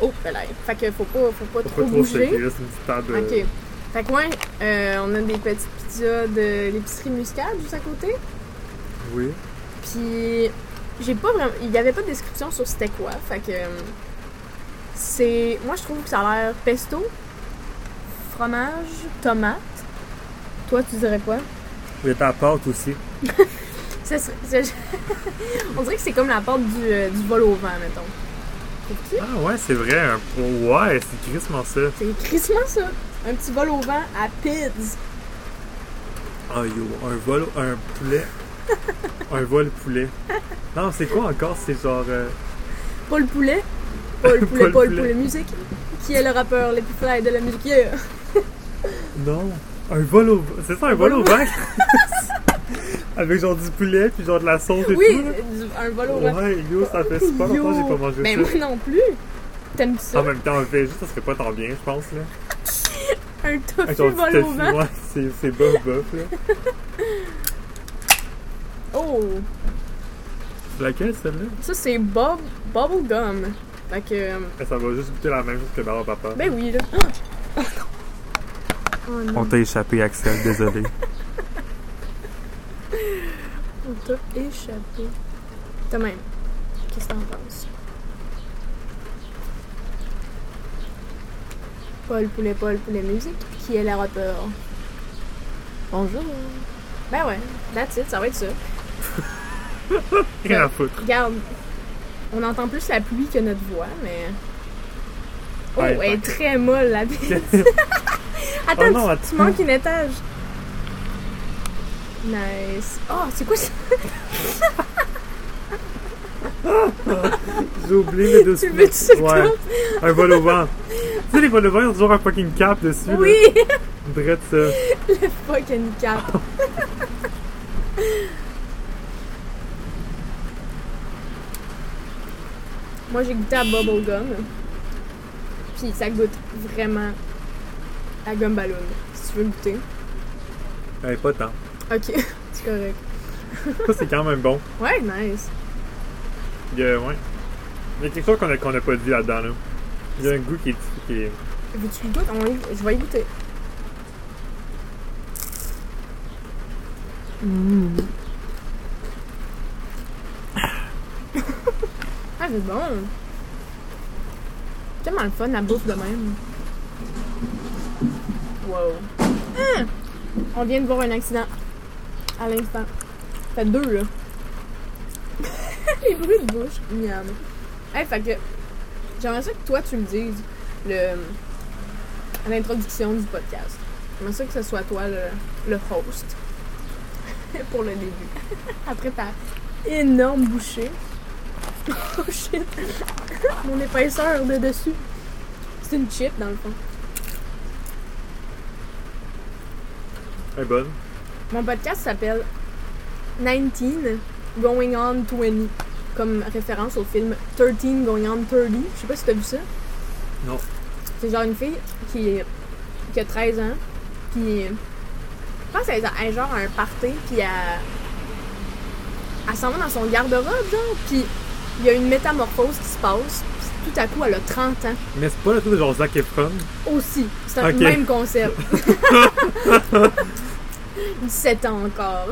haut l'air. Oh, ben Fait que faut pas, faut pas Faut trop pas trop bouger. shaker, c'est une petite table. euh, Ok. Fait que ouais, euh, on a des petites pizzas de l'épicerie muscade juste à côté. Oui. Puis j'ai pas vraiment, il y avait pas de description sur c'était quoi. Fait que euh, c'est, moi je trouve que ça a l'air pesto, fromage, tomate. Toi tu dirais quoi Il y a ta pâte aussi. Ça serait- ça- On dirait que c'est comme la porte du, euh, du vol au vent mettons. Trouves-tu? Ah ouais, c'est vrai. un- Ouais, c'est crissement ça. C'est crissement ça. Un petit vol au vent à Pids. Ah yo, un vol, un poulet. un vol poulet. Non, c'est quoi encore? C'est genre... euh, Paul Poulet. Paul Poulet, Paul Paul Poulet. Poulet musique. Qui est le rappeur le plus fly de la musique? Yeah. Non. Un vol au... C'est ça, un vol au vent? Avec genre du poulet, puis genre de la sauce et Oui, tout. là. du- un vol au vent. Ouais, yo, ça fait super longtemps que j'ai pas mangé Mais ça. Ah, moi non plus. T'aimes ça? En même temps, un VG, ça serait pas tant bien, je pense. Là. Un tofu hein? Avec genre du vol au tofu, vent. ouais, c'est c'est bof bof. Là. Oh! C'est laquelle, celle-là? Ça, c'est Bob... Bubblegum. Fait que... euh, Eh, Ça va juste goûter la même chose que Barbe Papa. Ben oui, là. Oh non! On t'a échappé, Axel, désolé. On t'a échappé. T'as même. Qu'est-ce que t'en penses? Paul Poulet, Paul Poulet Musique, qui est la rappeur. Bonjour. Ben ouais, that's it, ça va être ça. Rien à foutre. Regarde, on entend plus la pluie que notre voix, mais. Oh, Ouais, elle est très molle la piste. Attends, Oh non, tu- attends. tu manques une étage. Nice. Oh, c'est quoi ça? J'ai oublié les deux Tu le veux-tu sur Ouais. toi? Un vol au vent. tu sais, les vols au vent, ils ont toujours un fucking cap dessus. là. Oui! Drette ça. Fucking cap. Moi, j'ai goûté à Bubblegum. Puis ça goûte vraiment à gomme ballon. Si tu veux goûter. Ouais, pas tant. Ok, c'est correct. Ça, c'est quand même bon. Ouais, nice. Il y a, ouais. Il y a quelque chose qu'on a, qu'on a pas dit là-dedans. Là. Il y a un goût qui est. Qui est... Veux-tu que je goûte? On va y- Je vais y goûter. Mmh. ah, c'est bon. C'est tellement le fun, la bouffe de même. Wow. Ah! On vient de voir un accident. À l'instant. Ça fait deux, là. Les bruits de bouche. Miam. Hey, fait que... J'aimerais ça que toi, tu me dises le à l'introduction du podcast. J'aimerais ça que ce soit toi le, le host pour le début. Après ta énorme bouchée. Oh shit! Mon épaisseur de dessus. C'est une chip dans le fond. Elle est bonne. Mon podcast s'appelle 19 Going on 20 comme référence au film 13 Going on 30. Je sais pas si t'as vu ça. Non. C'est genre une fille qui, est- qui a 13 ans, puis je pense qu'elle est- elle est genre à un party, puis elle, elle s'en va dans son garde-robe, genre, puis il y a une métamorphose qui se passe, puis tout à coup, elle a 30 ans Mais c'est pas le truc de genre Zac Efron. aussi. C'est un Ok. même concept. 17 ans encore.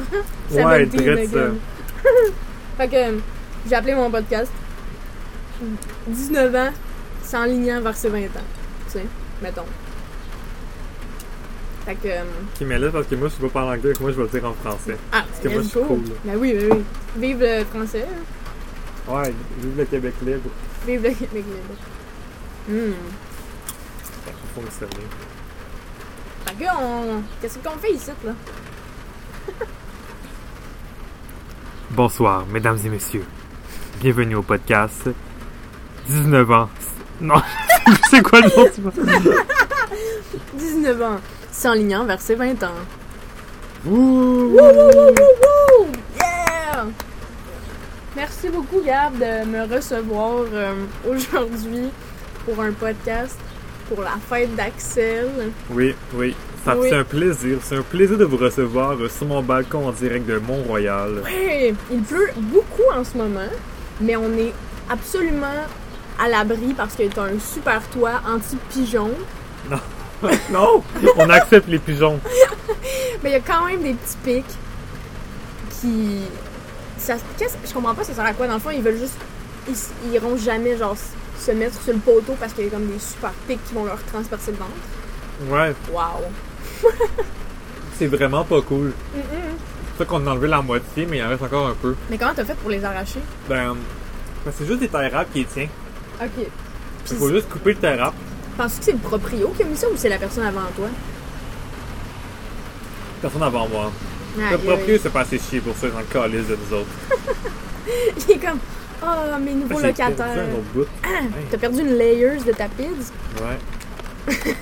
ouais, 17 drette ça. again. fait que j'ai appelé mon podcast 19 ans s'enlignant vers ses 20 ans. Tu sais, mettons. Fait que. euh, Qui m'élève parce que moi, je sais pas parler anglais, donc moi, je vais le dire en français. Ah, que moi, je suis let's go. cool, là. Ben oui, ben oui. Vive le français. hein. Ouais, vive le Québec libre. Vive le Québec libre. Hmm. Ça va fonctionner. Fait que, on... qu'est-ce qu'on fait ici, là? Bonsoir, mesdames et messieurs. Bienvenue au podcast 19 ans. Non, c'est quoi le nom du podcast? 19 ans s'enlignant vers ses 20 ans. Ouh! Wouh, wouh, wouh, wouh, wouh! Yeah! Merci beaucoup, Gab, de me recevoir euh, aujourd'hui pour un podcast pour la fête d'Axel. Oui, oui. Ça- Oui. C'est un plaisir. C'est un plaisir de vous recevoir euh, sur mon balcon en direct de Mont-Royal. Hey, il pleut beaucoup en ce moment, mais on est absolument à l'abri parce que t'as un super toit anti-pigeon. non! On accepte les pigeons. Mais il y a quand même des petits pics qui. Ça, qu'est-ce- je comprends pas ça sert à quoi. Dans le fond, ils veulent juste. Ils, s- ils iront jamais, genre, s- se mettre sur le poteau parce qu'il y a comme des super pics qui vont leur transpercer le ventre. Ouais, Waouh! c'est vraiment pas cool. C'est ça qu'on a enlevé la moitié, mais il en reste encore un peu. Mais comment t'as fait pour les arracher? Ben, ben, c'est juste des terres qui les tient. Ok. Il faut Puis, juste couper le terre penses-tu que c'est le proprio qui a mis ça ou c'est la personne avant toi? Personne avant moi. Ah, il Le y a- propriétaire, c'est pas assez chier pour ça, dans le calice de nous autres. Ah, Il est comme, oh, mes nouveaux J'ai perdu locataires. un autre bout. T'as perdu une layers de ta pizza? Ouais.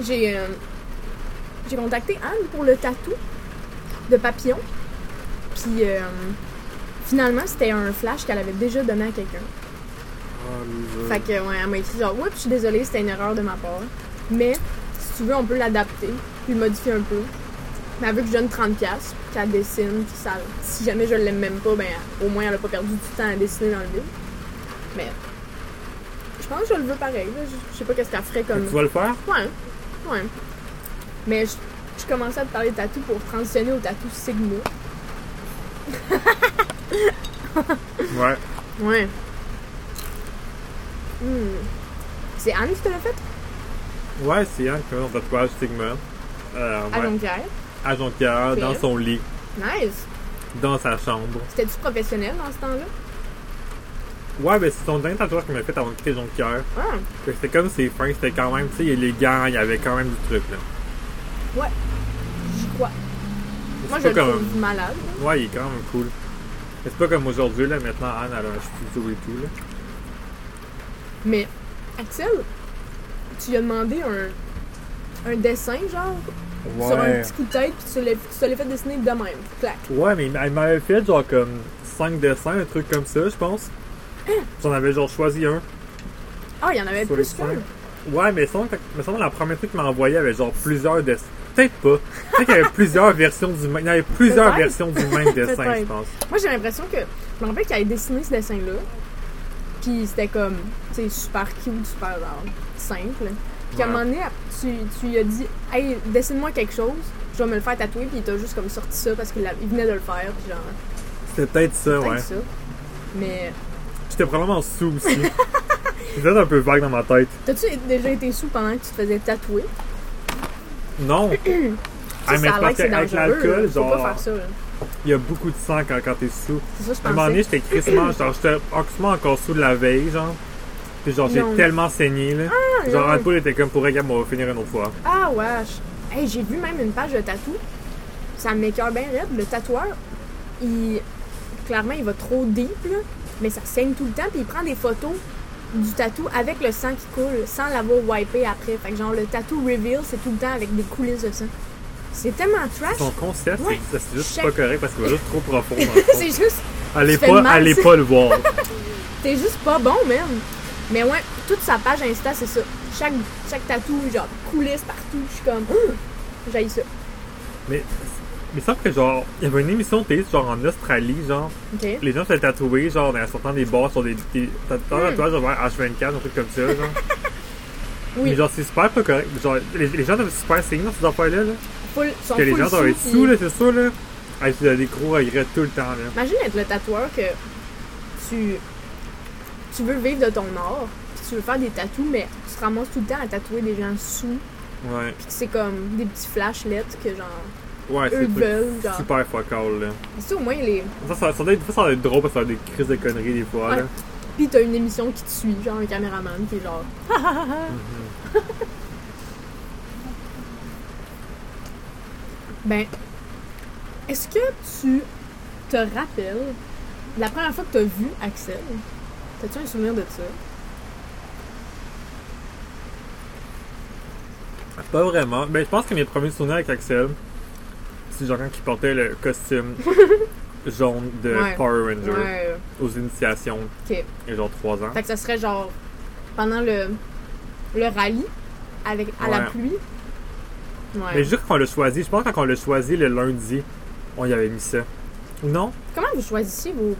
J'ai euh, j'ai contacté Anne pour le tatou de papillon. Puis euh, finalement, c'était un flash qu'elle avait déjà donné à quelqu'un. Ah, Fait que, ouais, elle m'a écrit genre, oups, je suis désolée, c'était une erreur de ma part. Mais si tu veux, on peut l'adapter, puis le modifier un peu. Mais elle veut que je donne 30$, piastres, qu'elle dessine, puis ça. Si jamais je l'aime même pas, ben au moins elle a pas perdu du temps à dessiner dans le vide. Mais je pense que je le veux pareil. là. Je- Je sais pas qu'est-ce qu'elle ferait comme. Tu vas le faire? Ouais, ouais. Mais je, je commençais à te parler de tatou pour transitionner au tatou Sigma. Ouais. Ouais. Hmm. C'est Anne qui te l'a fait Ouais, c'est un qu'on tatouage Sigma. Euh, à ouais. Jonquière. À Jonquière, Ok. dans son lit, Nice. dans sa chambre. C'était-tu professionnel dans ce temps-là? Ouais, ben c'est son dernier tatouage qu'on m'a fait avant de quitter Jonquière. Ah, Fait que C'était comme ses fins, c'était quand même, tu sais, élégant, il y avait quand même du truc, là. j'y crois. C'est Moi, je pas le comme... trouve malade. hein. Ouais, il est quand même cool. Mais c'est pas comme aujourd'hui, là, maintenant, Anne, elle a un studio et tout, là. Mais, Axel, tu lui as demandé un, un dessin, genre, sur un petit coup de tête, puis tu l'as- tu te l'as fait dessiner de même. Clac. Ouais, mais elle m'avait fait genre comme 5 dessins, un truc comme ça, je pense. J'en avais genre choisi un. Ah, il y en avait Sur plus les qu'un. cinq. Ouais, mais semble que, me semble que la première truc qu'il m'a envoyé avait genre plusieurs dessins. Peut-être pas. Peut-être qu'il y avait plusieurs versions du même. Il y avait plusieurs Peut-être. versions du même dessin, je Peut-être. pense. Moi, j'ai l'impression que. Je me rappelle qu'elle avait dessiné ce dessin-là. Puis c'était comme. Tu sais, super cute, super genre, simple. Puis à un Ouais. moment donné, tu, tu lui as dit Hey, dessine-moi quelque chose, je vais me le faire tatouer. Puis il t'a juste comme sorti ça parce qu'il l'a- il venait de le faire. Puis genre, C'était peut-être ça, Peut-être ouais. ça. Mais. J'étais probablement sous aussi. J'étais peut-être un peu vague dans ma tête. T'as-tu déjà été sous pendant que tu te faisais tatouer Non. Ça, Ah, ça mais a l'air que parce c'est qu'avec dangereux, là. l'alcool, Faut pas genre, faire ça, là. il y a beaucoup de sang quand, quand t'es sous. C'est ça, À un je moment donné, pensais. j'étais crissement, genre, j'étais crissement encore sous de la veille, genre. Puis genre, j'ai Non. tellement saigné, là. Ah, genre, non. Anne-Paul était comme pour regarde, on va finir une autre fois. Ah, wesh. Hey, j'ai vu même une page de tatou. Ça m'écœure bien raide. Le tatoueur, il. Clairement, il va trop deep, là, mais ça saigne tout le temps. Puis il prend des photos du tatou avec le sang qui coule, sans l'avoir wipé après. Fait que, genre, le tatou reveal, c'est tout le temps avec des coulisses de sang. C'est tellement Son trash. concept, Ouais. c'est- c'est juste Chaque- pas correct parce qu'il va juste trop profond. dans le fond. c'est juste. tu Allez fais pas, le mal, allez tu sais. pas le voir. T'es juste pas bon, même. Mais ouais, toute sa page Insta, c'est ça. Chaque, chaque tatou, genre, coulisses partout. Je suis comme. J'aille ça. Mais mais semble que genre, il y avait une émission de télé genre en Australie, genre OK? les gens se faisaient tatouer genre en sortant des bars sur des, des tat- Hmm. tatouages genre H24 un truc comme ça genre. Oui. Mais genre c'est super pas correct. Genre les, les gens doivent super saigner dans ces affaires là. là. Full, sont que les full gens doivent être sous, sous puis- là, c'est sûr là. Ah, tu as des gros regrets tout le temps là. Imagine être le tatoueur que tu, tu veux vivre de ton art, puis tu veux faire des tatous, mais tu te ramasses tout le temps à tatouer des gens sous, Ouais. puis que c'est comme des petits flashlettes que genre. Ouais, Eux c'est veulent, pas- genre. super fuck all là. Ça, au moins, les. Ça, ça, ça, doit être- ça doit être drôle parce que ça a des crises de conneries des fois là. Ouais. Puis t'as une émission qui te suit, genre un caméraman, qui est genre. ben. Est-ce que tu te rappelles de la première fois que t'as vu Axel? T'as-tu un souvenir de ça? Pas vraiment. Ben, je pense que mes premiers souvenirs avec Axel, c'est genre quand il portait le costume jaune de Ouais. Power Ranger Ouais. aux initiations. Ok. Il y a genre 3 ans. Fait que ça serait genre pendant le, le rallye avec, à la Ouais. pluie. Ouais. Mais juste qu'on l'a choisi, je pense que quand on l'a choisi le lundi, on y avait mis ça. Non? Comment vous choisissez vos.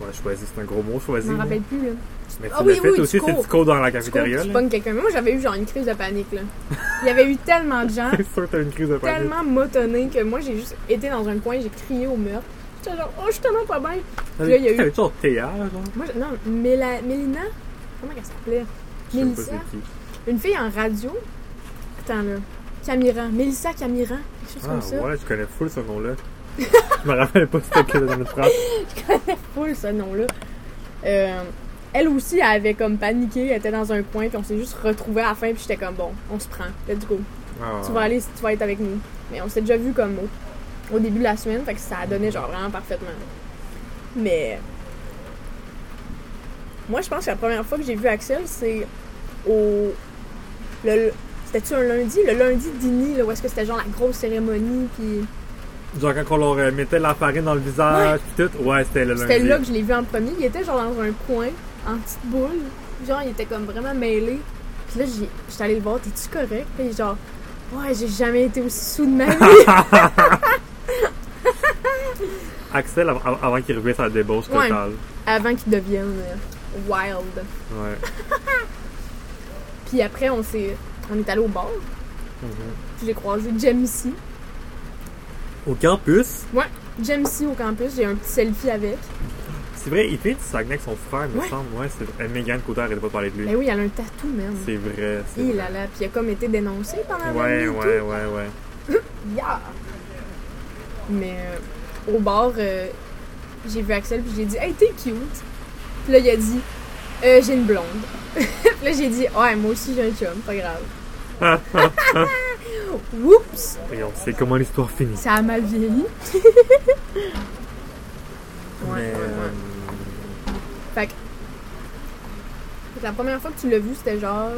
Ouais, choisis, c'est un gros mot, Je choisis. m'en là. rappelle plus, là. Mais tu Ah l'as oui, fait oui, tu aussi, c'est cours. du cours dans la Tu cours, cafétéria. tu là. pognes quelqu'un. Mais Moi, j'avais eu genre une crise de panique, là. Il y avait eu tellement de gens, C'est sûr que t'as une crise de panique. tellement motonnés que moi, j'ai juste été dans un coin, j'ai crié au meurtre. J'étais genre, oh, je suis tellement pas bien. Puis là, il y a eu- T'avais toujours TR, genre? Moi, je- non, Méla- Mélina, comment elle s'appelait Je sais même pas Mélissa? c'est qui. Une fille en radio. Attends, là. Camiran. Mélissa Camiran. Quelque chose comme ça. Ah ouais, je connais full ce nom-là. je me rappelle pas c'était quelle dans notre phrase. Full, ce nom-là. Euh, elle aussi, elle avait comme paniqué. Elle était dans un coin, puis on s'est juste retrouvés à la fin, puis j'étais comme, bon, on se prend. Let's go. Ah, Tu vas aller, tu vas être avec nous. Mais on s'est déjà vu comme au, au début de la semaine, fait que ça donnait genre vraiment parfaitement. Mais moi, je pense que la première fois que j'ai vu Axel, c'est au le c'était-tu un lundi? Le lundi d'Ini, là, où est-ce que c'était genre la grosse cérémonie, puis Genre quand on leur euh, mettait la farine dans le visage pis tout. Ouais, c'était le c'était lundi. là que je l'ai vu en premier. Il était genre dans un coin, en petite boule. Genre, il était comme vraiment mêlé. Puis là, j'ai- j'étais allée le voir, t'es-tu correct? Puis il est genre, ouais, j'ai jamais été aussi sous de ma vie. Axel, av- av- avant qu'il revienne sa débauche Ouais. totale. avant qu'ils deviennent euh, wild. Ouais. Puis après, on s'est, on est allé au bar. Mhm. Puis j'ai croisé Jamesy. Au campus, Jamesy au campus, j'ai un petit selfie avec. c'est vrai, il fait du Saguenay avec son frère, me Ouais. semble. Ouais, c'est vrai. Mégane Côté arrêtait pas de parler de lui. Ben oui, elle a un tatou même. C'est vrai. c'est Il vrai. a là, puis il a comme été dénoncé pendant la Ouais, nuit et ouais, ouais, ouais. tout. Yeah! Mais euh, au bar, euh, j'ai vu Axel, puis j'ai dit, hey, t'es cute. Puis là, il a dit, Euh, j'ai une blonde. puis là, j'ai dit, ouais, moi aussi j'ai un chum, pas grave. Oups! Et on sait comment l'histoire finit. Ça a mal vieilli. ouais, ouais, Mais, ouais. euh, Fait que euh, La première fois que tu l'as vu, c'était genre.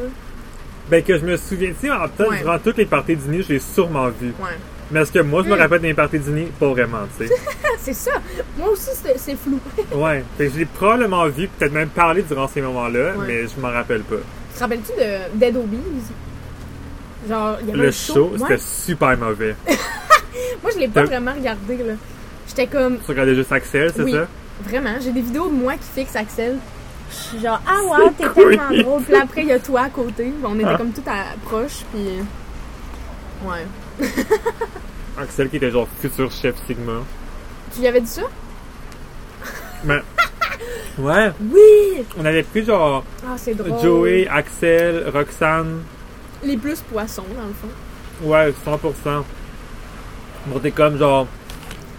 Ben que je me souviens, tu sais, en fait, Ouais. durant toutes les parties dîner, je l'ai sûrement vu. Ouais. Mais est-ce que moi, je me Mm. rappelle des parties dîner? Pas vraiment, tu sais. Ah, c'est ça! Moi aussi, c'est c'est flou. Ouais, fait que je l'ai probablement vu, peut-être même parlé durant ces moments-là, Ouais. mais je m'en rappelle pas. Te rappelles-tu de Dead Obies? Genre, il y avait Le un show, Ouais. c'était super mauvais. Moi, je l'ai pas T'as- vraiment regardé, là. J'étais comme, tu regardais juste Axel, c'est Oui. ça? vraiment, j'ai des vidéos de moi qui fixe Axel. Je suis genre, ah ouais, t'es quoi? tellement drôle. Puis là, après, il y a toi à côté. On était comme tout à proche, puis. euh, Ouais. Axel qui était genre futur chef Sigma. Tu lui avais dit ça? Ouais, Oui! on avait pris genre Ah, c'est drôle. Joey, Axel, Roxane, Les plus poissons, dans le fond. ouais, 100%. Bon, t'es comme genre,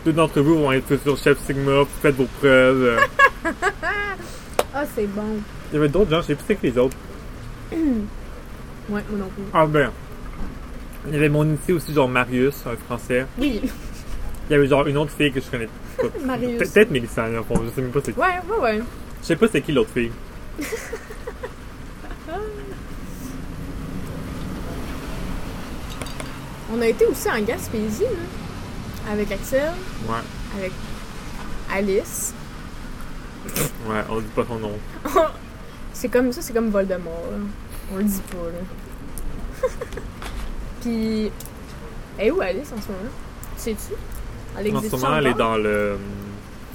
tous d'entre vous vont être futurs chefs Sigma, faites vos preuves. euh. Ah, c'est bon. Il y avait d'autres gens, je sais plus c'est que les autres. Ouais, moi non plus. Ah ben, il y avait mon initié aussi, genre Marius, un français. Oui. Il y avait genre une autre fille que je connais pas. Marius. Pe- Peut-être Mélissa, là, bon, je sais même pas c'est qui. Ouais, ouais, ouais. Je sais pas c'est qui l'autre fille. On a été aussi en Gaspésie, là. Avec Axel, Ouais, avec Alice. ouais, on dit pas son nom. c'est comme ça, c'est comme Voldemort, là. On le dit pas, là. Puis. Elle est où Alice en ce moment? Tu Sais-tu? Elle En existe ce moment, elle est dans le.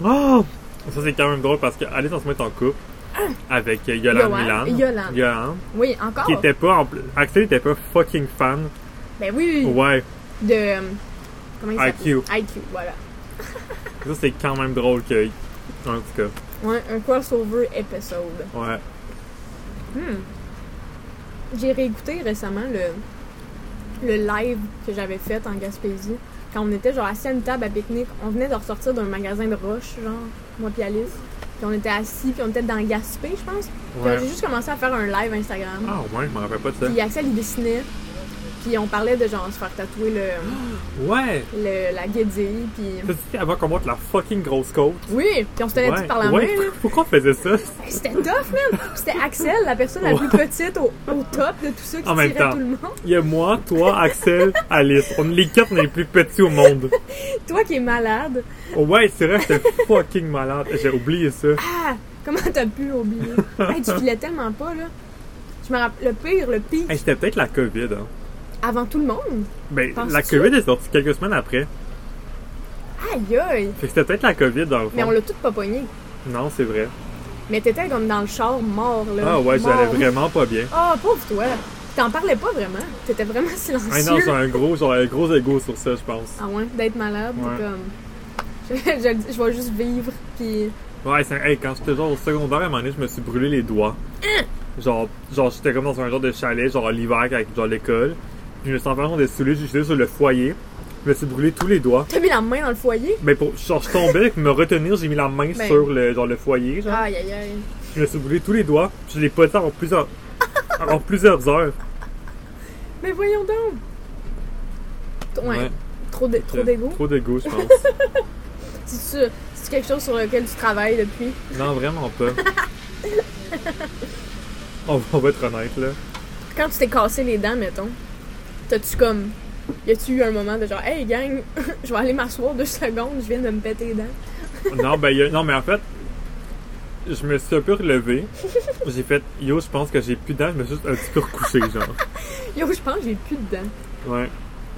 Oh! Ça, c'est quand même drôle parce qu'Alice en ce moment est en couple Ah! avec Yolande Milan. Yolande. Yolande. Oui, encore? Qui était pas en. pl- Axel était pas fucking fan. Ben oui, Ouais. de. euh, Comment il IQ. s'appelle? IQ, voilà. Ça, c'est quand même drôle que. En tout cas, Ouais, un crossover episode. ouais. Hmm. J'ai réécouté récemment le, le live que j'avais fait en Gaspésie. Quand on était genre assis à une table à pique-nique, on venait de ressortir d'un magasin de roches, genre, moi puis Alice. Puis on était assis, puis on était dans Gaspé, je pense. Puis Ouais. j'ai juste commencé à faire un live Instagram. Ah, ouais, je me rappelle pas de ça. Puis Axel, il dessinait. Puis on parlait de genre se faire tatouer le, Ouais! le- la guédille, puis... T'as dit avant qu'on monte la fucking grosse côte. Oui! Puis on se tenait ouais. tous par la ouais. main, là. Pourquoi on faisait ça? Hey, C'était tough, man! C'était Axel, la personne la plus petite au, au top de tout ça, qui En même tirait temps. tout le monde. Il y a moi, toi, Axel, Alice. On est les quatre on est les plus petits au monde. Toi qui es malade, Oh, ouais, c'est vrai, j'étais fucking malade. J'ai oublié ça. Ah! Comment t'as pu oublier? hey, tu filais tellement pas, là. Je me rappelle, le pire, le pire, Hey, c'était peut-être la COVID. Hein. avant tout le monde. Ben, Penses-tu? la COVID est sortie quelques semaines après. Aïe aïe! Fait que c'était peut-être la COVID dans le fond. Mais on l'a tout pas pogné. Non, c'est vrai. Mais t'étais comme dans le char mort, là. Ah ouais, Mort. j'allais vraiment pas bien. Ah, pauvre toi! T'en parlais pas vraiment. T'étais vraiment silencieux. Ah non, j'ai un gros, j'aurais un gros ego sur ça, je pense. Ah ouais, d'être malade, Ouais. c'est comme. Je, je- je vais juste vivre, puis. Ouais, c'est, hey, quand j'étais genre au secondaire, à un moment donné, je me suis brûlé les doigts. Hein? Genre, genre j'étais comme dans un genre de chalet, genre l'hiver, avec genre l'école. Puis je me suis enfermé dans des souliers, j'étais sur le foyer. Je me suis brûlé tous les doigts. T'as mis la main dans le foyer? Mais pour, genre, je tombais, pour me retenir, j'ai mis la main Ben. Ah. sur le, genre, le foyer, genre. Aïe aïe aïe. Je me suis brûlé tous les doigts. puis Je l'ai pas dit en plusieurs, en plusieurs heures. Mais voyons donc! T- Ouais, trop de- trop d'égo. Euh, Trop d'égo, je pense. C'est-tu c'est-tu quelque chose sur lequel tu travailles depuis? non, vraiment pas. on, va, on va être honnête, là. Quand tu t'es cassé les dents, mettons, t'as-tu comme. Y a-tu eu un moment de genre, hey gang, je vais aller m'asseoir deux secondes, je viens de me péter les dents? non, ben, il y a- non, mais en fait, je me suis un peu relevé. J'ai fait, yo, je pense que j'ai plus de dents. Je me suis juste un petit peu recouché, genre. Yo, je pense que j'ai plus de dents. Ouais.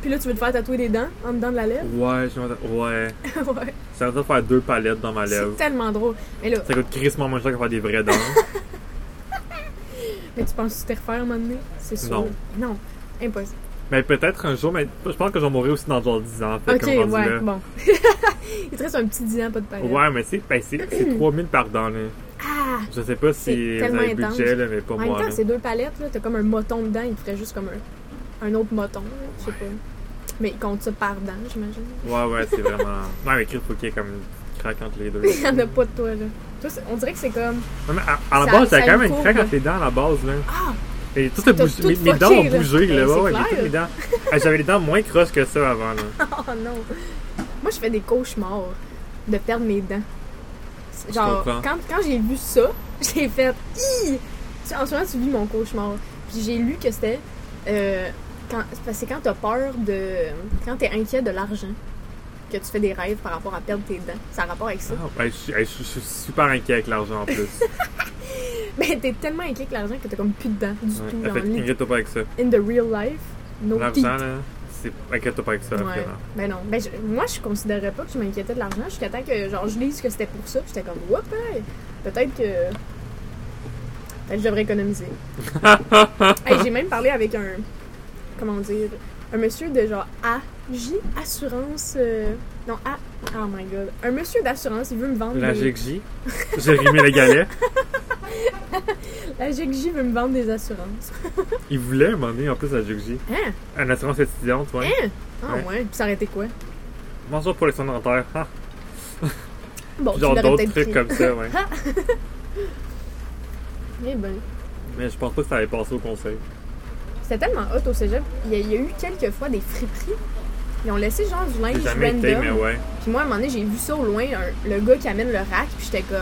Puis là, tu veux te faire tatouer des dents en dedans de la lèvre? Ouais, je me- ouais. ouais. Ça va faire deux palettes dans ma lèvre. C'est tellement drôle. Mais là, Ça coûte crissement moins cher que faire des vraies dents. mais tu penses que tu t'es refaire un moment donné? C'est sûr. Non. Non, impossible. mais peut-être un jour, mais je pense que j'en mourrai aussi dans genre 10 ans. Fait, Ok, comme rendu ouais, là. bon. Il te reste un petit dent, pas de palette. Ouais, mais c'est, ben, c'est, c'est 3000 par dent, là. Ah! Je sais pas C'est si vous tellement avez le intense. budget, là, mais pas En moi. même temps, là. c'est deux palettes, là. T'as comme un moton dedans, il te ferait juste comme un, un autre moton, là, je sais pas. Mais il compte ça par dent, j'imagine. Ouais, ouais, c'est vraiment. Non, mais Chris, faut qu'il y ait comme une petite craque entre les deux. Il y en a pas de toi, là. Toi, c'est- on dirait que c'est comme. Non, mais à, à la Ça- base, ça j'avais quand nous même une court, craque là. entre les dents à la base, là. Ah! Et tout a T'as bougé. tout Mes, mes dents fucké, ont là. bougé, là. Ben, c'est Ouais, ouais, j'ai clair. toutes mes dents. Ah, J'avais les dents moins crosses que ça avant, là. Ah, Oh non! Moi, je fais des cauchemars de perdre mes dents. C'est- Genre, comprends. quand, quand j'ai vu ça, j'ai fait. Hi! Tu- En ce moment, tu vis mon cauchemar. Puis j'ai lu que c'était. euh, quand, c'est parce que c'est quand t'as peur de. Quand t'es inquiet de l'argent, que tu fais des rêves par rapport à perdre tes dents. Ça a rapport avec ça. Ah, ouais, je suis- je suis je suis super inquiet avec l'argent en plus. Mais Ben, t'es tellement inquiet avec l'argent que t'as comme plus de dents du tout. Ouais. Genre, Fait que, lit- inquiète-toi pas avec ça. in the real life, no teeth. L'argent, là, c'est. Inquiète-toi pas avec ça, Ouais. vraiment. Ben non. Ben je- moi, je considérais pas que je m'inquiétais de l'argent jusqu'à temps que genre, je lise que c'était pour ça. puis J'étais comme, whoop, hey, peut-être que. Peut-être que je devrais économiser. Hey, J'ai même parlé avec un. Comment dire Un monsieur de genre AJ, Assurance. euh, non, A. Oh my god. Un monsieur d'assurance, il veut me vendre. La des- GXJ, j'ai rimé le galet. La JECJ veut me vendre des assurances. Il voulait un moment donné, en plus, la GXJ. Hein Une assurance étudiante, ouais. Hein Ah Ouais. ouais. Puis ça aurait été quoi Bonjour pour les soins dentaires. Ah. Bon, Oh, tu genre l'aurais d'autres peut-être trucs pris. comme ça, ouais. Eh ben. Mais je pense pas que ça allait passer au conseil. C'était tellement hot au cégep. Il y, a, il y a eu quelques fois des friperies. Ils ont laissé genre du linge J'ai jamais random. été, mais ouais. Puis moi, à un moment donné, j'ai vu ça au loin, un- le gars qui amène le rack. Puis j'étais comme.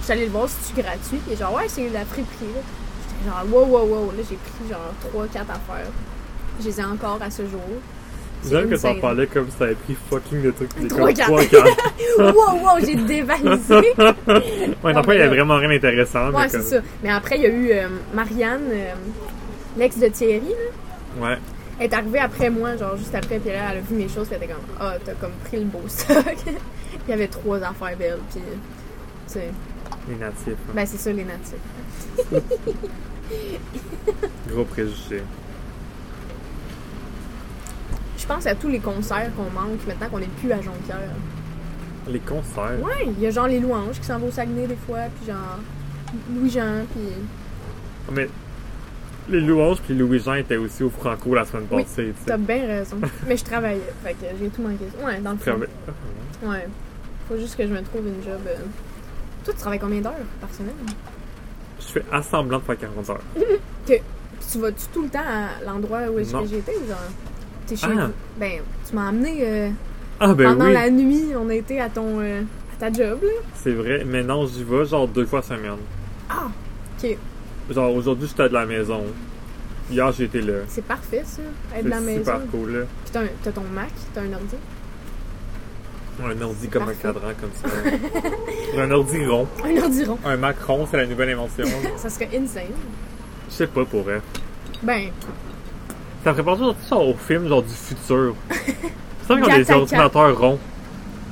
J'étais allée le voir si tu gratuit. Puis genre, ouais, c'est la friperie. là. J'étais genre, wow, wow, wow. Là, j'ai pris genre 3-4 affaires. Je les ai encore à ce jour. C'est J'aime que t'en insane. parlais comme si t'avais pris fucking de trucs. des Trois comme cartes. trois cartes. wow, wow, j'ai dévalisé. Ouais, Non, non, pas, mais il y a là- vraiment rien d'intéressant. ouais, mais c'est comme... ça. Mais après, il y a eu euh, Marianne, euh, l'ex de Thierry, là. Ouais. Elle est arrivée après moi, genre juste après, puis là, elle a vu mes choses, puis elle était comme Ah, t'as comme pris le beau stock. Il y avait trois affaires belles, puis. Tu sais, Les natifs. hein. ben c'est ça les natifs. Gros préjugés. Je pense à tous les concerts qu'on manque maintenant qu'on n'est plus à Jonquière. Les concerts. Ouais, il y a genre les louanges qui s'en vont au Saguenay des fois, puis genre Louis-Jean, puis. Mais les louanges puis Louis-Jean étaient aussi au Franco la semaine Oui, passée. tu sais. T'as bien raison. Mais je travaillais, fait que j'ai tout manqué. Ouais, dans le fond. Trava- Ouais. Faut juste que je me trouve une job. euh. Toi, tu travailles combien d'heures par semaine? Je fais assemblant de faire 40 heures. Puis tu vas-tu tout le temps à l'endroit où est-ce Non. que j'étais ou genre? T'es chez Ah. vous? Ben, tu m'as amené euh, Ah, ben pendant oui, la nuit, on a été à ton euh, à ta job là. c'est vrai. Mais non, j'y vais genre deux fois semaine. Ah! Ok. Genre aujourd'hui, j'étais de la maison. Hier, j'étais là. C'est parfait ça, être C'est de la maison. super cool, là. Puis t'as un- t'as ton Mac, t'as un ordi. Un ordi comme Parfait. un cadran, comme ça. un ordi rond. Un ordi rond. Un Macron, c'est la nouvelle invention. Ça serait insane. Je sais pas pour elle. Ben, Ça me fait penser genre, tu sais, au film genre du futur. C'est vrai qu'on a des Gattaca. ordinateurs ronds.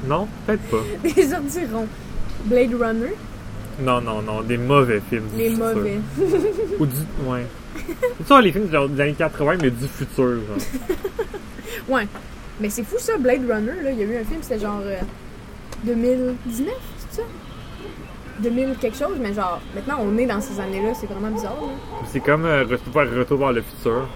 Non, peut-être pas. Des ordi ronds. Blade Runner, Non, non, non, des mauvais films. du les futur. mauvais. Ou du. Ouais. Tu sais, les films genre, des années 80, mais du futur, genre. Ouais. Mais c'est fou ça, Blade Runner, là. Il y a eu un film, c'était genre euh, 2019, c'est ça? 2000 quelque chose, mais genre, maintenant on est dans ces années-là, c'est vraiment bizarre, là. C'est comme euh, retour, vers, retour vers le futur.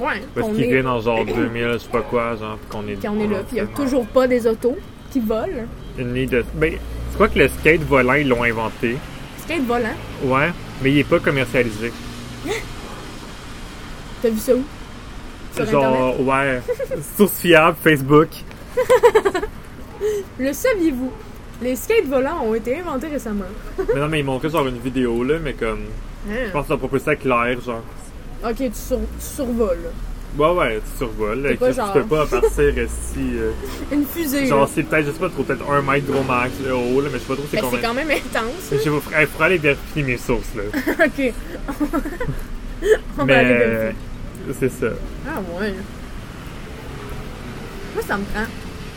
Ouais. Parce qu'on qu'ils est- viennent en genre 2000, je sais pas quoi, genre, puis qu'on est. Puis on est là, puis il y a Ouais. toujours pas des autos qui volent. Une ligne de. Ben, c'est quoi que le skate volant, ils l'ont inventé. Skate volant. Ouais, mais il est pas commercialisé. T'as vu ça où? Sur Internet. Genre, ouais. Source fiable, Facebook. Le saviez-vous? Les skates volants ont été inventés récemment. mais non, mais ils montraient genre une vidéo, là, mais comme. Je pense qu'ils ont proposé ça clair, genre. Ok, tu, sur- tu survoles. Ouais, ouais, tu survoles. là, C'est pas que genre- Tu peux pas partir euh, si. euh, Une fusée. là. genre, c'est peut-être, je sais pas trop, peut-être un mètre gros max euh, haut, là, mais je sais pas trop c'est Ben, combien. c'est quand même intense. Je sais pas, faudrait- faudrait aller vérifier mes sources, là. ok. On va aller mais. euh, vérifier. C'est ça. Ah ouais. Moi, ça me prend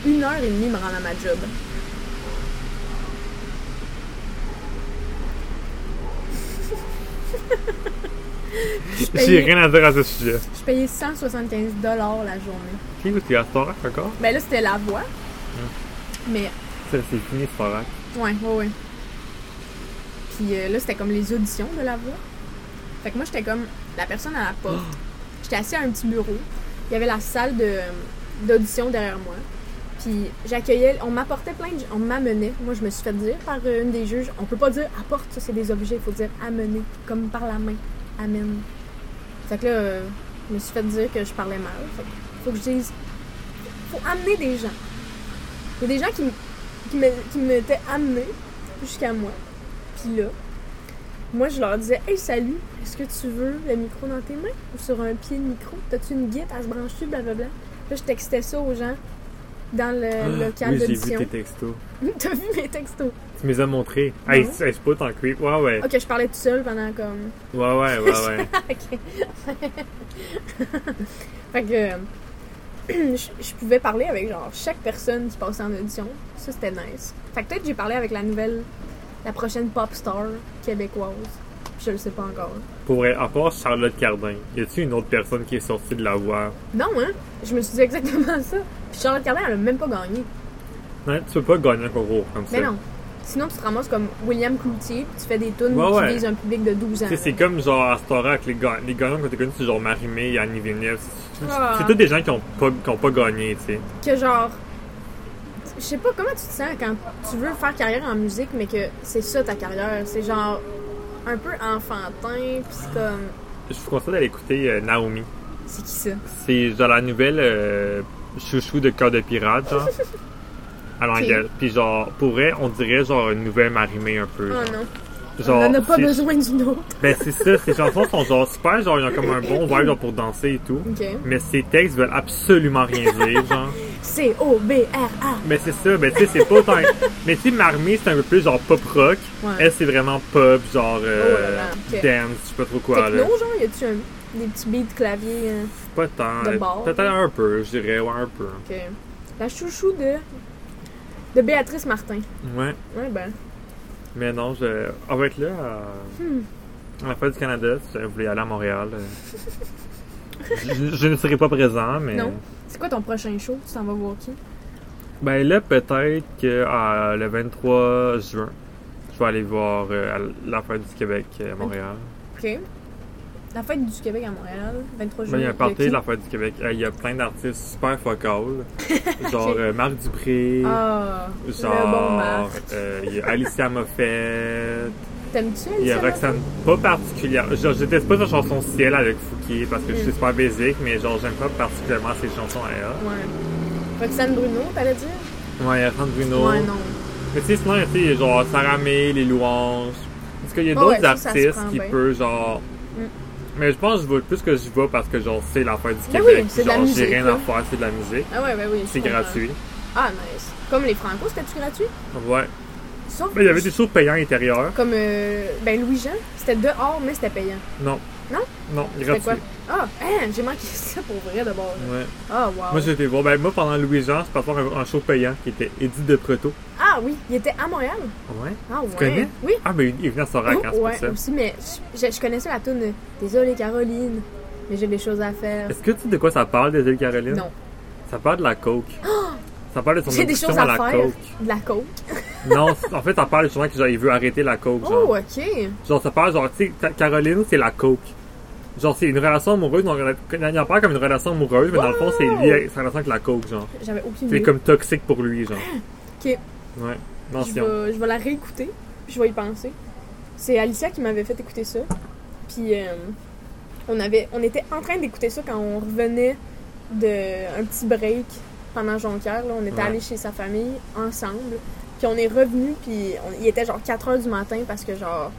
une heure et demie me rendre à ma job. J'ai rien à dire à ce sujet. Je payais 175 la journée. Qui écoute les Astorak encore? Ben là, c'était la voix. Hein? Mais Ça, c'est fini, hein. Astorak. Ouais, ouais, ouais. Puis euh, là, c'était comme les auditions de la voix. Fait que moi, j'étais comme la personne à la porte. J'étais assise à un petit bureau. Il y avait la salle de- d'audition derrière moi. Puis j'accueillais, on m'apportait plein de. On m'amenait. Moi, je me suis fait dire par euh, une des juges, on peut pas dire apporte, ça c'est des objets, il faut dire amener, comme par la main. Amène. Fait que là, euh, je me suis fait dire que je parlais mal. Fait que faut que je dise. Faut amener des gens. Il y a des gens qui, m- qui me- qui m'étaient amenés jusqu'à moi. Puis là, moi, je leur disais Hey, salut, est-ce que tu veux le micro dans tes mains ou sur un pied de micro T'as-tu une guide à se brancher Blablabla. Là, je textais ça aux gens dans le local Ah, oui, j'ai vu d'audition. tes textos. T'as vu mes textos Tu me les as montrés. Hey, Non. c'est hey, c'est pas tant creep. Ouais, ouais. Ok, je parlais tout seul pendant comme. Ouais, ouais, ouais, ouais. Ok. fait que. euh, Je, je pouvais parler avec genre chaque personne qui passait en audition. Ça, c'était nice. Fait que peut-être j'ai parlé avec la nouvelle. La prochaine pop star québécoise. Je le sais pas encore. Pour vrai, à part Charlotte Cardin, y a-t-il une autre personne qui est sortie de la voie? Non, hein Je me suis dit exactement ça. Puis Charlotte Cardin, elle a même pas gagné. Non, Hein? tu peux pas gagner un concours comme ça. Mais non. Sinon, tu te ramasses comme William Cloutier, puis tu fais des tunes Ouais, qui ouais. visent un public de 12 ans. Tu sais, c'est là. comme genre à Storac, les, ga- les gagnants qu'on a connus, c'est genre Marimé et Annie Villeneuve. C'est- C'est Ah. c'est tous des gens qui ont pas, qui ont pas gagné, tu sais. que genre je sais pas comment tu te sens quand tu veux faire carrière en musique mais que c'est ça ta carrière c'est genre un peu enfantin puis c'est comme Je vous conseille d'aller écouter euh, Naomi. c'est qui ça C'est genre la nouvelle euh, chouchou de cœur de pirate, genre. À l'engueule. Puis genre, pour vrai, on dirait genre une nouvelle Marimé un peu. oh genre. non Genre, on en a pas c'est- besoin d'une autre Ben c'est ça, ces chansons sont genre super, genre ils ont comme un bon vibe genre, pour danser et tout. ok Mais ces textes veulent absolument rien dire, genre. C O B R A Mais c'est ça, ben tu sais, c'est pas autant. Mais tu sais, Marmee, c'est un peu plus genre pop rock. Ouais. Elle, c'est vraiment pop, genre euh, Oh là là, ok. dance, je sais pas trop quoi. là. techno genre y a-tu un- des petits beats de clavier hein? Pas tant. De euh, bord. Peut-être un peu, je dirais, ouais, un peu. ok la chouchou de de Béatrice Martin Ouais. ouais ben Mais non, je. On va être là à, Hmm. à la fin du Canada si vous voulez aller à Montréal. euh. je, je ne serai pas présent, mais. Non. c'est quoi ton prochain show tu t'en vas voir qui Ben là, peut-être que euh, le 23 juin, je vais aller voir euh, à la fin du Québec euh, à Montréal. ok la fête du Québec à Montréal 23 Ben, juillet il y a un party qui? de la fête du Québec. Euh, Il y a plein d'artistes super focales. genre euh, Marc Dupré, ah le bon genre Marc. euh, il y a Alicia Moffett, T'aimes-tu il y a Alicia Roxane pas particulière. Genre, je déteste pas sa chanson Ciel avec Fouquier parce que Mm. c'est super basique, mais genre j'aime pas particulièrement ses chansons à elle. Ouais. Roxane Bruno, t'allais dire? Ouais, il y a Alexandre Bruno. Ouais, non. Mais tu sais, sinon, tu sais, il y a genre Sarah May, Les Louanges. Parce qu'il y a Ah d'autres ouais, ça, ça se artistes prend qui bien. peuvent, genre. Mm. Mais je pense que je vais plus que je vais parce que, genre, c'est l'affaire du Ben Québec. oui, c'est de la genre, j'ai musique, rien là. à faire, c'est de la musique. Ah ouais, ouais, oui. je C'est comprends. gratuit. Ah, nice. Comme les Franco, c'était-tu gratuit? Ouais. Sauf Mais il y avait des shows payants intérieurs. Comme, euh, ben, Louis-Jean, c'était dehors, mais c'était payant. Non. Non? Non, C'était gratuit. quoi? Ah, hein, j'ai manqué ça pour vrai d'abord. Ouais. Ah, wow. Moi, j'ai été voir. Ben, moi, pendant Louis-Jean, c'est parfois un, un show payant qui était Edith de Preto. Ah oui, il était à Montréal. Ouais. Ah ouais. connais? Oui. Ah, mais il venait à Sorac, hein, Oh, c'est pour ouais, ça. aussi, mais je, je connaissais la tune Désolée Caroline, mais j'ai des choses à faire. Est-ce que tu sais de quoi ça parle, des îles Carolines? Non. Ah! Ça parle de la coke. Ça parle de son J'ai des addiction choses à à la faire. coke. De la coke. non, c- en fait, ça parle justement que genre, il veut arrêter la coke. Genre, Oh, ok. genre ça parle, genre, tu sais, ta- Caroline, c'est la coke. Genre, c'est une relation amoureuse, donc il en parle comme une relation amoureuse, mais dans le fond, c'est lié à sa relation avec la coke, genre. J'avais aucune C'est idée. comme toxique pour lui, genre. Ok. Ouais. Je Mention. vais, je vais la réécouter, puis je vais y penser. C'est Alicia qui m'avait fait écouter ça. Puis euh, on, avait, on était en train d'écouter ça quand on revenait d'un petit break pendant Jonquière. là. On était Ouais. allés chez sa famille ensemble. Puis on est revenu, puis on- il était genre 4 heures du matin parce que genre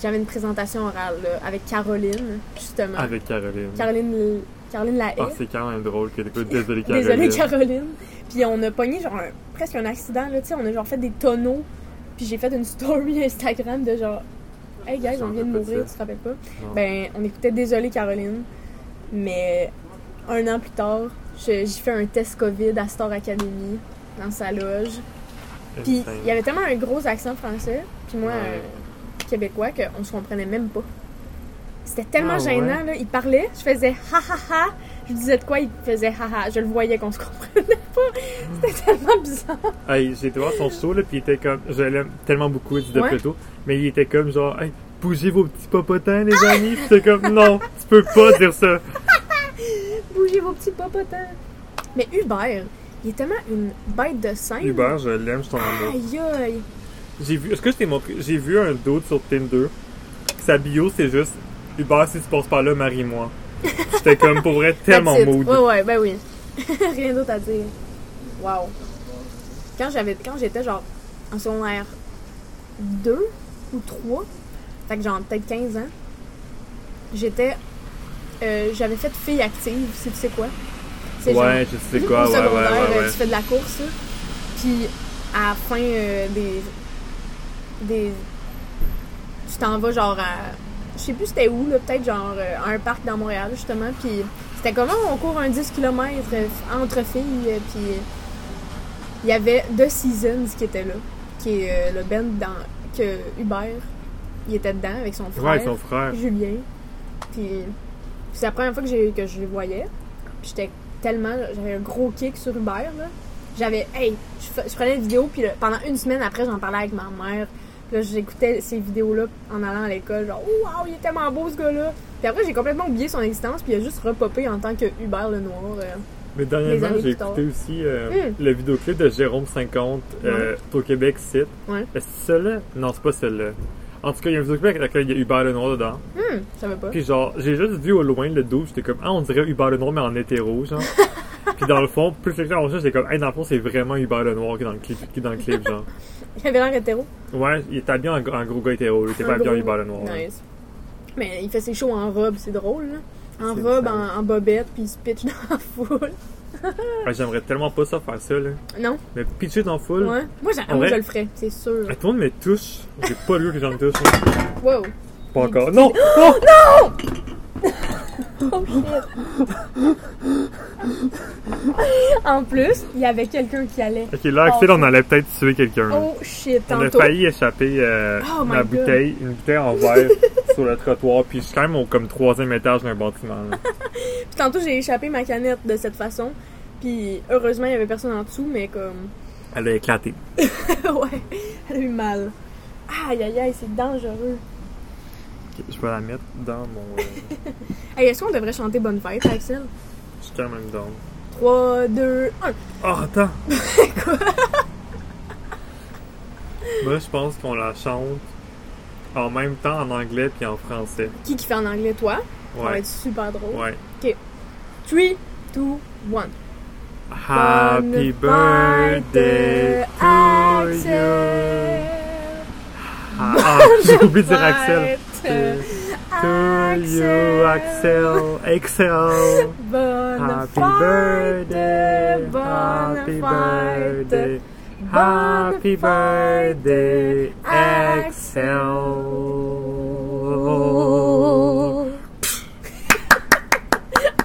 j'avais une présentation orale là, avec Caroline, justement. Avec Caroline. Caroline, Caroline Lahaye. Ah, c'est quand même drôle que t'écoutes Désolé Caroline. Désolée, Caroline. Puis on a pogné genre un- presque un accident, là, tu sais, on a genre fait des tonneaux. Puis j'ai fait une story Instagram de genre Hey guys, J'en on vient de veux pas de mourir, ça. tu te rappelles pas? Non. Ben, on écoutait Désolée, Caroline. Mais un an plus tard, je- j'ai fait un test COVID à Star Academy, dans sa loge. Puis Insane. il y avait tellement un gros accent français, puis moi, euh, Ouais. un québécois, qu'on se comprenait même pas. C'était tellement Ah ouais? gênant, là. Il parlait, je faisais ha ha ha. Je lui disais de quoi, il faisait ha ha. Je le voyais qu'on se comprenait pas. C'était tellement bizarre. Hey, j'ai été voir son show, là, puis il était comme. Je l'aime tellement beaucoup, Edith de Ouais. Preto, mais il était comme genre, hey, bougez vos petits popotins, les amis. Puis j'étais comme, non, tu peux pas dire ça. Bougez vos petits papotins. Mais Hubert, il est tellement une bête de scène. Hubert, je l'aime, je suis en amour. Aïe aïe. J'ai vu, est-ce que je t'ai montré, j'ai vu un doute sur Tinder. Sa bio, c'est juste, Hubert, si tu passes par là, marie-moi. J'étais comme, pour vrai, tellement That's it. mood. Ouais, ouais, ben oui. Rien d'autre à dire. Wow. Quand j'avais quand j'étais genre en secondaire 2 ou 3, fait que genre peut-être 15 ans, j'étais euh, j'avais fait fille active, si tu sais quoi. C'est genre- Ouais, je sais quoi, au ouais, ouais, secondaire, ouais, euh, ouais. tu fais de la course. là. Puis à la fin euh, des. des. Tu t'en vas genre à. Je sais plus c'était où, là, peut-être genre euh, à un parc dans Montréal, justement. Puis c'était comment on court un 10 km entre filles. euh, Puis il y avait The Seasons qui était là, qui est euh, le band dans, que Hubert, il était dedans avec son frère. Ouais, son frère. Julien. Puis c'est la première fois que, j'ai, que je le voyais. Puis j'étais tellement. J'avais un gros kick sur Hubert, là. J'avais. Hey, je, fa- je prenais une vidéo, puis là, pendant une semaine après, j'en parlais avec ma mère. Puis là, j'écoutais ces vidéos-là en allant à l'école. Genre, oh, wow, il est tellement beau ce gars-là. Puis après, j'ai complètement oublié son existence, puis il a juste repopé en tant que Hubert le Noir. euh. Mais Les dernièrement, années j'ai plus tard. écouté aussi euh, Hmm. le vidéoclip de Jérôme 50 euh, au Québec site. Ouais. Est-ce que c'est celle-là? Non, c'est pas celle-là. En tout cas, il y a un vidéoclip avec lequel il y a Hubert Lenoir dedans. Hum, je savais pas. Puis genre, j'ai juste vu au loin le dos, j'étais comme, ah, on dirait Hubert Lenoir, mais en hétéro, genre. Puis dans le fond, plus les gens ont ça, j'étais comme, hey, dans le fond, c'est vraiment Hubert Lenoir qui est dans le clip, qui est dans le clip genre. Il avait l'air hétéro. Ouais, il était habillé en, en gros gars hétéro, il était Un pas habillé en gros- Hubert Lenoir. ouais. Nice. Mais il fait ses shows en robe, c'est drôle, là. En C'est robe, bizarre. en, en bobette, puis il se pitch dans la foule. Ouais, Ah, J'aimerais tellement pas ça faire ça, là. Non? Mais pitcher dans full. Ouais. Moi, j'a- En moi, vrai- je le ferais, c'est sûr. Tout le monde me touche. J'ai pas lu que j'en touche. hein. Wow. Pas encore. Non! Non! Oh shit. en plus, il y avait quelqu'un qui allait. Ok, là, Axel, on allait peut-être tuer quelqu'un. là. Oh shit, on a tantôt. failli échapper euh, Oh my ma God. bouteille, une bouteille en verre sur le trottoir, puis je suis quand même au comme troisième étage d'un bâtiment. là. Puis tantôt, j'ai échappé ma canette de cette façon. Puis heureusement, il y avait personne en dessous, mais comme. Elle a éclaté. ouais, elle a eu mal. Aïe aïe aïe, c'est dangereux. Ok, je vais la mettre dans mon. euh, Hey, est-ce qu'on devrait chanter Bonne fête, Axel? je suis quand même dans. 3, 2, 1. Oh, attends! Moi, je pense qu'on la chante en même temps en anglais puis en français. Qui qui fait en anglais, toi? Ça va Ouais. être super drôle. Ouais. 3, 2, 1. Happy birthday to you. Ah, ah, j'ai oublié de dire Axel. Axel. To you, Axel. Axel. Bonne Happy fête, birthday. bonne Happy fête, birthday. bonne Happy fête. birthday, Axel.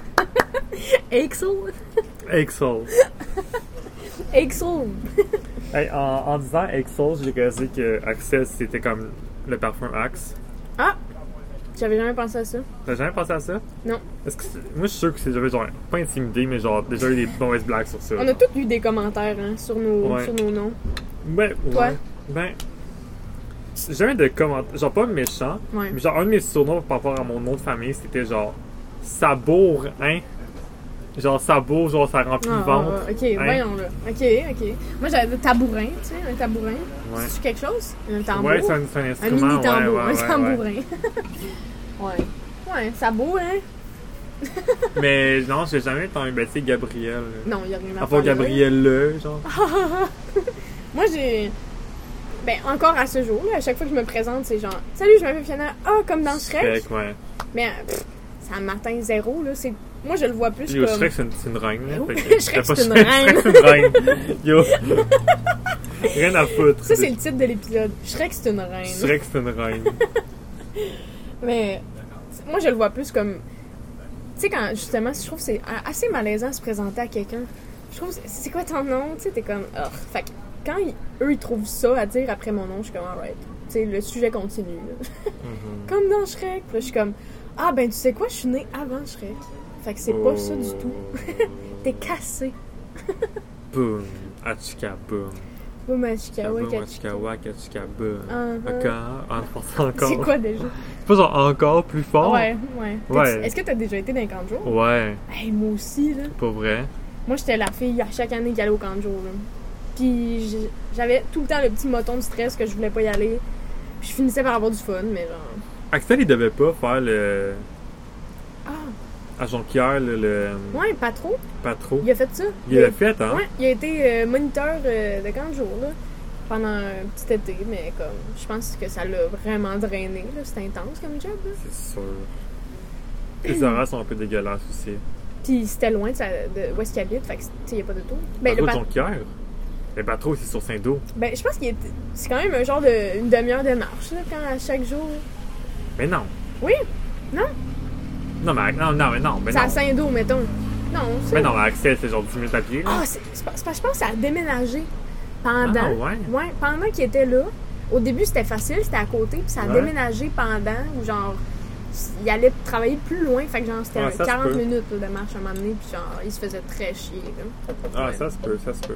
Axel? Exol. Axel! Hey, en, en disant Exol, j'ai réalisé que Axel, c'était comme le parfum Axe. Ah! J'avais jamais pensé à ça. T'as jamais pensé à ça? Non. Est-ce que c'est- Moi, je suis sûr que c'est jamais, genre, pas intimidé, mais genre, déjà eu des mauvaises blagues sur ça. On a tous eu des commentaires hein, sur, nos, Ouais. sur nos noms. Ben, ouais. Toi? Ben, j'ai jamais de commentaires, genre pas méchant, Ouais. mais genre un de mes surnoms par rapport à mon nom de famille, c'était genre Sabour, hein? Genre Sabour, genre ça remplit le Ah, ventre. ah, ok, hein? voyons là. Ok, ok. Moi j'avais le tabourin, tu sais, un tabourin. Ouais. C'est-tu quelque chose? Un tambour? Ouais, c'est un, c'est un un instrument. mini tambour, ouais, ouais, un ouais, ouais. tambourin. ouais. Ouais, ça beau, hein? Mais non, j'ai jamais entendu, ben, tu sais, Gabriel. là. Non, Ah, il y a rien à À part faire là. Gabriel, là, genre. Moi, j'ai. Ben, encore à ce jour, là, à chaque fois que je me présente, c'est genre Salut, je m'appelle Fiona. Ah, comme dans Shrek. Shrek, ouais. Mais euh, pff, c'est un matin zéro, là. c'est- Moi, je le vois plus Yo, comme. Ben Shrek, c'est une, c'est une reine. là, Yo, fait que Shrek, c'était pas c'est une Shrek, c'est une reine. Yo. Rien à foutre. Ça, c'est le titre de l'épisode. Shrek, c'est une reine. Shrek, c'est une reine. Mais c'est- moi, je le vois plus comme. Tu sais, quand justement, je trouve que c'est a- assez malaisant de se présenter à quelqu'un. Je trouve, c'est- c'est quoi ton nom? Tu sais, t'es comme. Oh. Fait que quand ils- eux, ils trouvent ça à dire après mon nom, je suis comme, alright. Tu sais, le sujet continue. là. Mhm. comme dans Shrek. Puis là, je suis comme, ah ben, tu sais quoi, je suis née avant Shrek. Fait que c'est pas ça Oh. du tout. T'es cassé. Boum. Achika, boum. Boum, Ashikawa, Boum, Kachika. Achikawa, Kachika, boum. Uh-huh. Encore. En français, encore. C'est quoi déjà? C'est pas genre encore plus fort? Ouais, ouais. T'as- Oh. Ouais. Oh. Est-ce que t'as déjà été dans les camps de jour? Ouais, Hey, moi aussi, là. pas vrai. Moi, j'étais la fille à chaque année qui allait au camp de jour. là. Puis j'- j'avais tout le temps le petit moton de stress que je voulais pas y aller. Puis je finissais par avoir du fun, mais genre. Axel, il devait pas faire le. Ah, À Jonquière, le. le... ouais, pas trop. Pas trop. Il a fait ça. Il l'a fait, hein? Ouais, il a été euh, moniteur euh, de camp de jour, là, pendant un petit été, mais comme. Je pense que ça l'a vraiment drainé, là. C'était intense comme job, là. C'est sûr. Les horaires sont un peu dégueulasses aussi. Puis c'était loin de, sa- de où est-ce qu'il habite, fait que, tu sais, il y a pas de tour. Ben, Ben, le trop pat- Jonquière? Le bateau, c'est sur Saint-Dos. ben, je pense qu'il était- C'est quand même un genre de. une demi-heure de marche, là, quand à chaque jour. Mais non. Oui! Non? Non, mais non, non, mais non. Mais C'est à Ben non. Ben Saint-Dos, mettons. Non, ça. Mais non, mais Axel, c'est genre 10 minutes à pied. là. Ah, c'est c'est parce que je pense que ça a déménagé pendant. Ah, ouais? pendant qu'il était là. Au début, c'était facile, c'était à côté, puis ça a Ouais. déménagé pendant, ou genre, il allait travailler plus loin, fait que genre, c'était Ah, un ça se 40 peut. minutes là, de marche à un moment donné, puis genre, il se faisait très chier. là. Ah, ça se peut, ça se peut.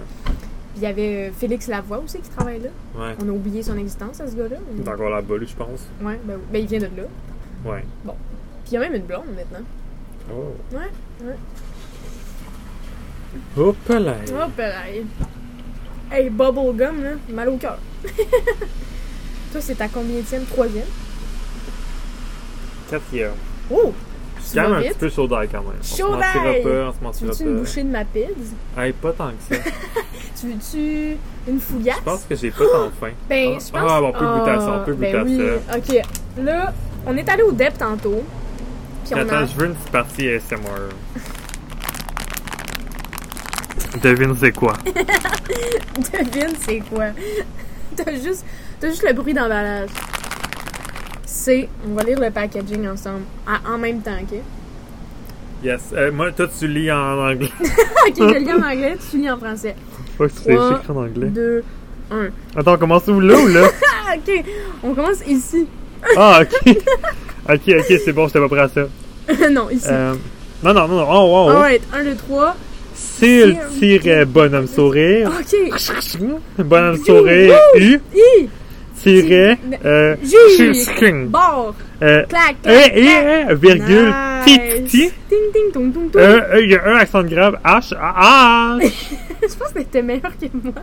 Puis il y avait euh, Félix Lavoie aussi qui travaille là. Ouais. On a oublié son existence à ce gars-là. mais- Il est encore là-bas, lui, je pense. Ouais, ben, oui. Ben, il vient de là. Ouais. Puis il y a même une blonde maintenant. Oh. Ouais, ouais. Hop là. Hop là. hey. Hey, bubblegum, là, mal au cœur. Toi, c'est ta combienième? Troisième? Quatrième. Oh! Je suis Tu vas quand même un vite? petit peu chaud d'ail quand même. On se Chaud mentira d'ail! pas, on se Tu mentira veux-tu une pas. bouchée de ma pizza? Hey, pas tant que ça. Tu veux-tu une fougasse? Je pense que j'ai pas tant faim. Ben, Ah, je pense... ah, bon, on peut goûter à ça, on peut ben goûter à oui. OK. Là, on est allé au DEP tantôt. Puis on Attends, a... je veux une petite partie ASMR. Devine c'est quoi? Devine c'est quoi. T'as juste... T'as juste le bruit d'emballage. C'est... On va lire le packaging ensemble. à- En même temps, OK? Yes. Euh, moi, toi, tu lis en anglais. OK, je lis en anglais, tu lis en français. Faut que tu Trois. écrit en anglais. 2, 1. Attends, on commence où là ou là? Ah, OK. On commence ici. Ah, ok. ok, ok, c'est bon, j'étais pas prêt à ça. non, ici. Euh, non, non, non, non. Oh, wow. Alright, 1, 2, 3. C'est le tiret bonhomme sourire. hmm, OK. Bonhomme sourire. U. Hi! Tiret. Euh. Ju- chusking. Bord! Euh. Clac! Eh, eh, eh, virgule. Petit, petit. Ting, ting, tong, tong, tong. Euh, euh, il y a un accent de grave. H. Ah, ah. Je pense que t'étais meilleur que moi.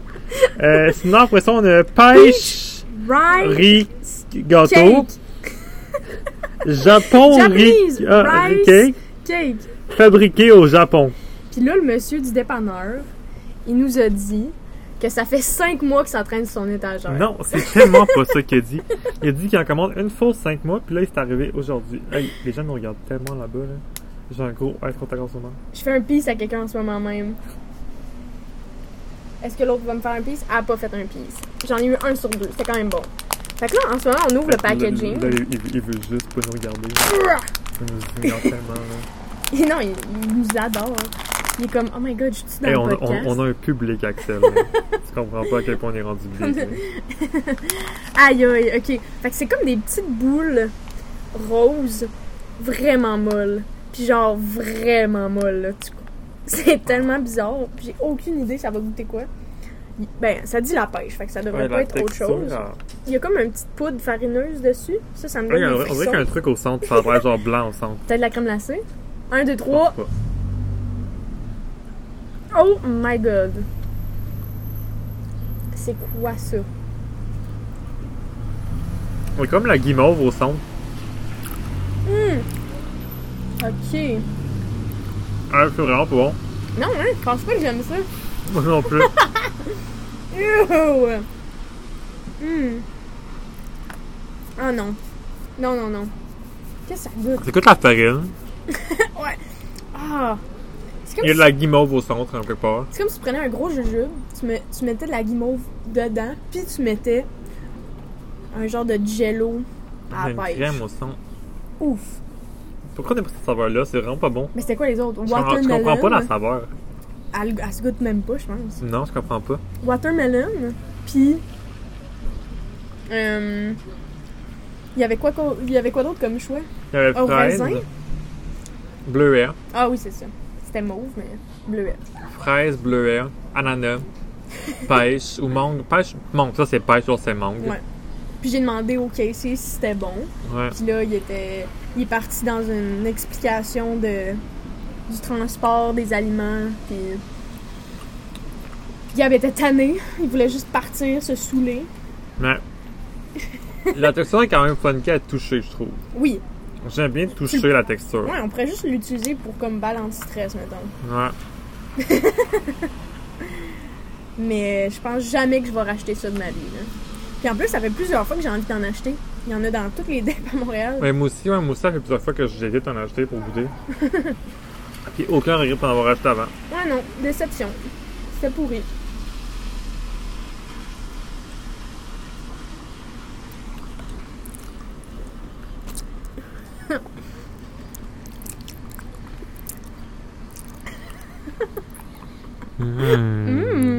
Euh, sinon, après ça, on a pêche, Right! riz, gâteau, Cake! Japon, riz, Japanese! ah, rice! cake, Cake! fabriqué au Japon. Puis là, le monsieur du dépanneur, il nous a dit que ça fait 5 mois que ça traîne sur son étagère. Non, c'est tellement pas ça qu'il a dit. Il a dit qu'il en commande une fois aux cinq mois, puis là, il s'est arrivé aujourd'hui. Hey, les gens nous regardent tellement là-bas, là. J'ai un gros air contact en ce moment. Je fais un peace à quelqu'un en ce moment même. Est-ce que l'autre va me faire un peace? Elle a pas fait un peace. J'en ai eu un sur deux. C'était quand même bon. Fait que là, en ce moment, on ouvre le packaging. Là, il, il- il veut juste pas nous regarder. Il nous ignore tellement, là. Et non, il, il nous adore. Il est comme, oh my god, je suis dans Hey, le on, on- podcast. on a un public, Axel. tu comprends pas à quel point on est rendu bien. là. Aïe aïe, ok. Fait que c'est comme des petites boules roses, vraiment molles. Puis genre vraiment molles, là. Tu- C'est tellement bizarre. Puis j'ai aucune idée ça va goûter quoi. Ben, ça dit la pêche, fait que ça devrait Ouais, pas la être autre texture, chose. là. Il y a comme une petite poudre farineuse dessus. Ça, ça me donne Ouais, des on, dirait- on dirait qu'il y a un frissons. truc au centre, ça a l'air genre blanc au centre. Peut-être de la crème glacée. Un, deux, Je pense trois. pas. Oh my god. C'est quoi ça? On est comme la guimauve au centre. Ok. Ah, c'est vraiment pas bon. Non, hein, je pense pas que j'aime ça. Moi non plus. Ew! Hmm. Ah non. Non, non, non. Qu'est-ce que ça goûte? C'est quoi de la farine? Ah! C'est comme, Il y a de si, la guimauve au centre, un peu peur. c'est comme si tu prenais un gros jujube, tu, mets- tu mettais de la guimauve dedans, puis tu mettais un genre de jello à Il y la a une pêche. crème au centre. Ouf! Pourquoi on aime pas cette saveur-là? C'est vraiment pas bon. Mais c'était quoi les autres? Je comprends- je comprends pas Watermelon. la hein? saveur. Elle, elle se goûte même pas, je pense. Non, je comprends pas. Watermelon, puis. euh, Il y avait quoi, qu'au- il y avait quoi d'autre comme choix? Il y avait Au fraise, raisin? bleuet, Ah oui, c'est ça. C'était mauve, mais bleuet. fraise, bleuet, ananas, pêche ou mangue. Pêche, mangue, ça c'est pêche, l'autre c'est mangue. Ouais. Puis j'ai demandé au Casey si c'était bon. Ouais. Puis là, il était. Il est parti dans une explication de du transport, des aliments. Puis. Gab était tanné. Il voulait juste partir, se saouler. Mais la texture est quand même funky à toucher, je trouve. Oui. J'aime bien toucher la texture. Ouais, on pourrait juste l'utiliser pour comme balance stress, mettons. Ouais. Mais je pense jamais que je vais racheter ça de ma vie. là. Puis en plus, ça fait plusieurs fois que j'ai envie d'en acheter. Il y en a dans toutes les dépes à Montréal. Mais moi aussi, ouais, moi aussi, ça fait plusieurs fois que j'hésite à en acheter pour goûter. Puis aucun regret d'en avoir acheté avant. Ouais, non, déception. C'était pourri. Mmh.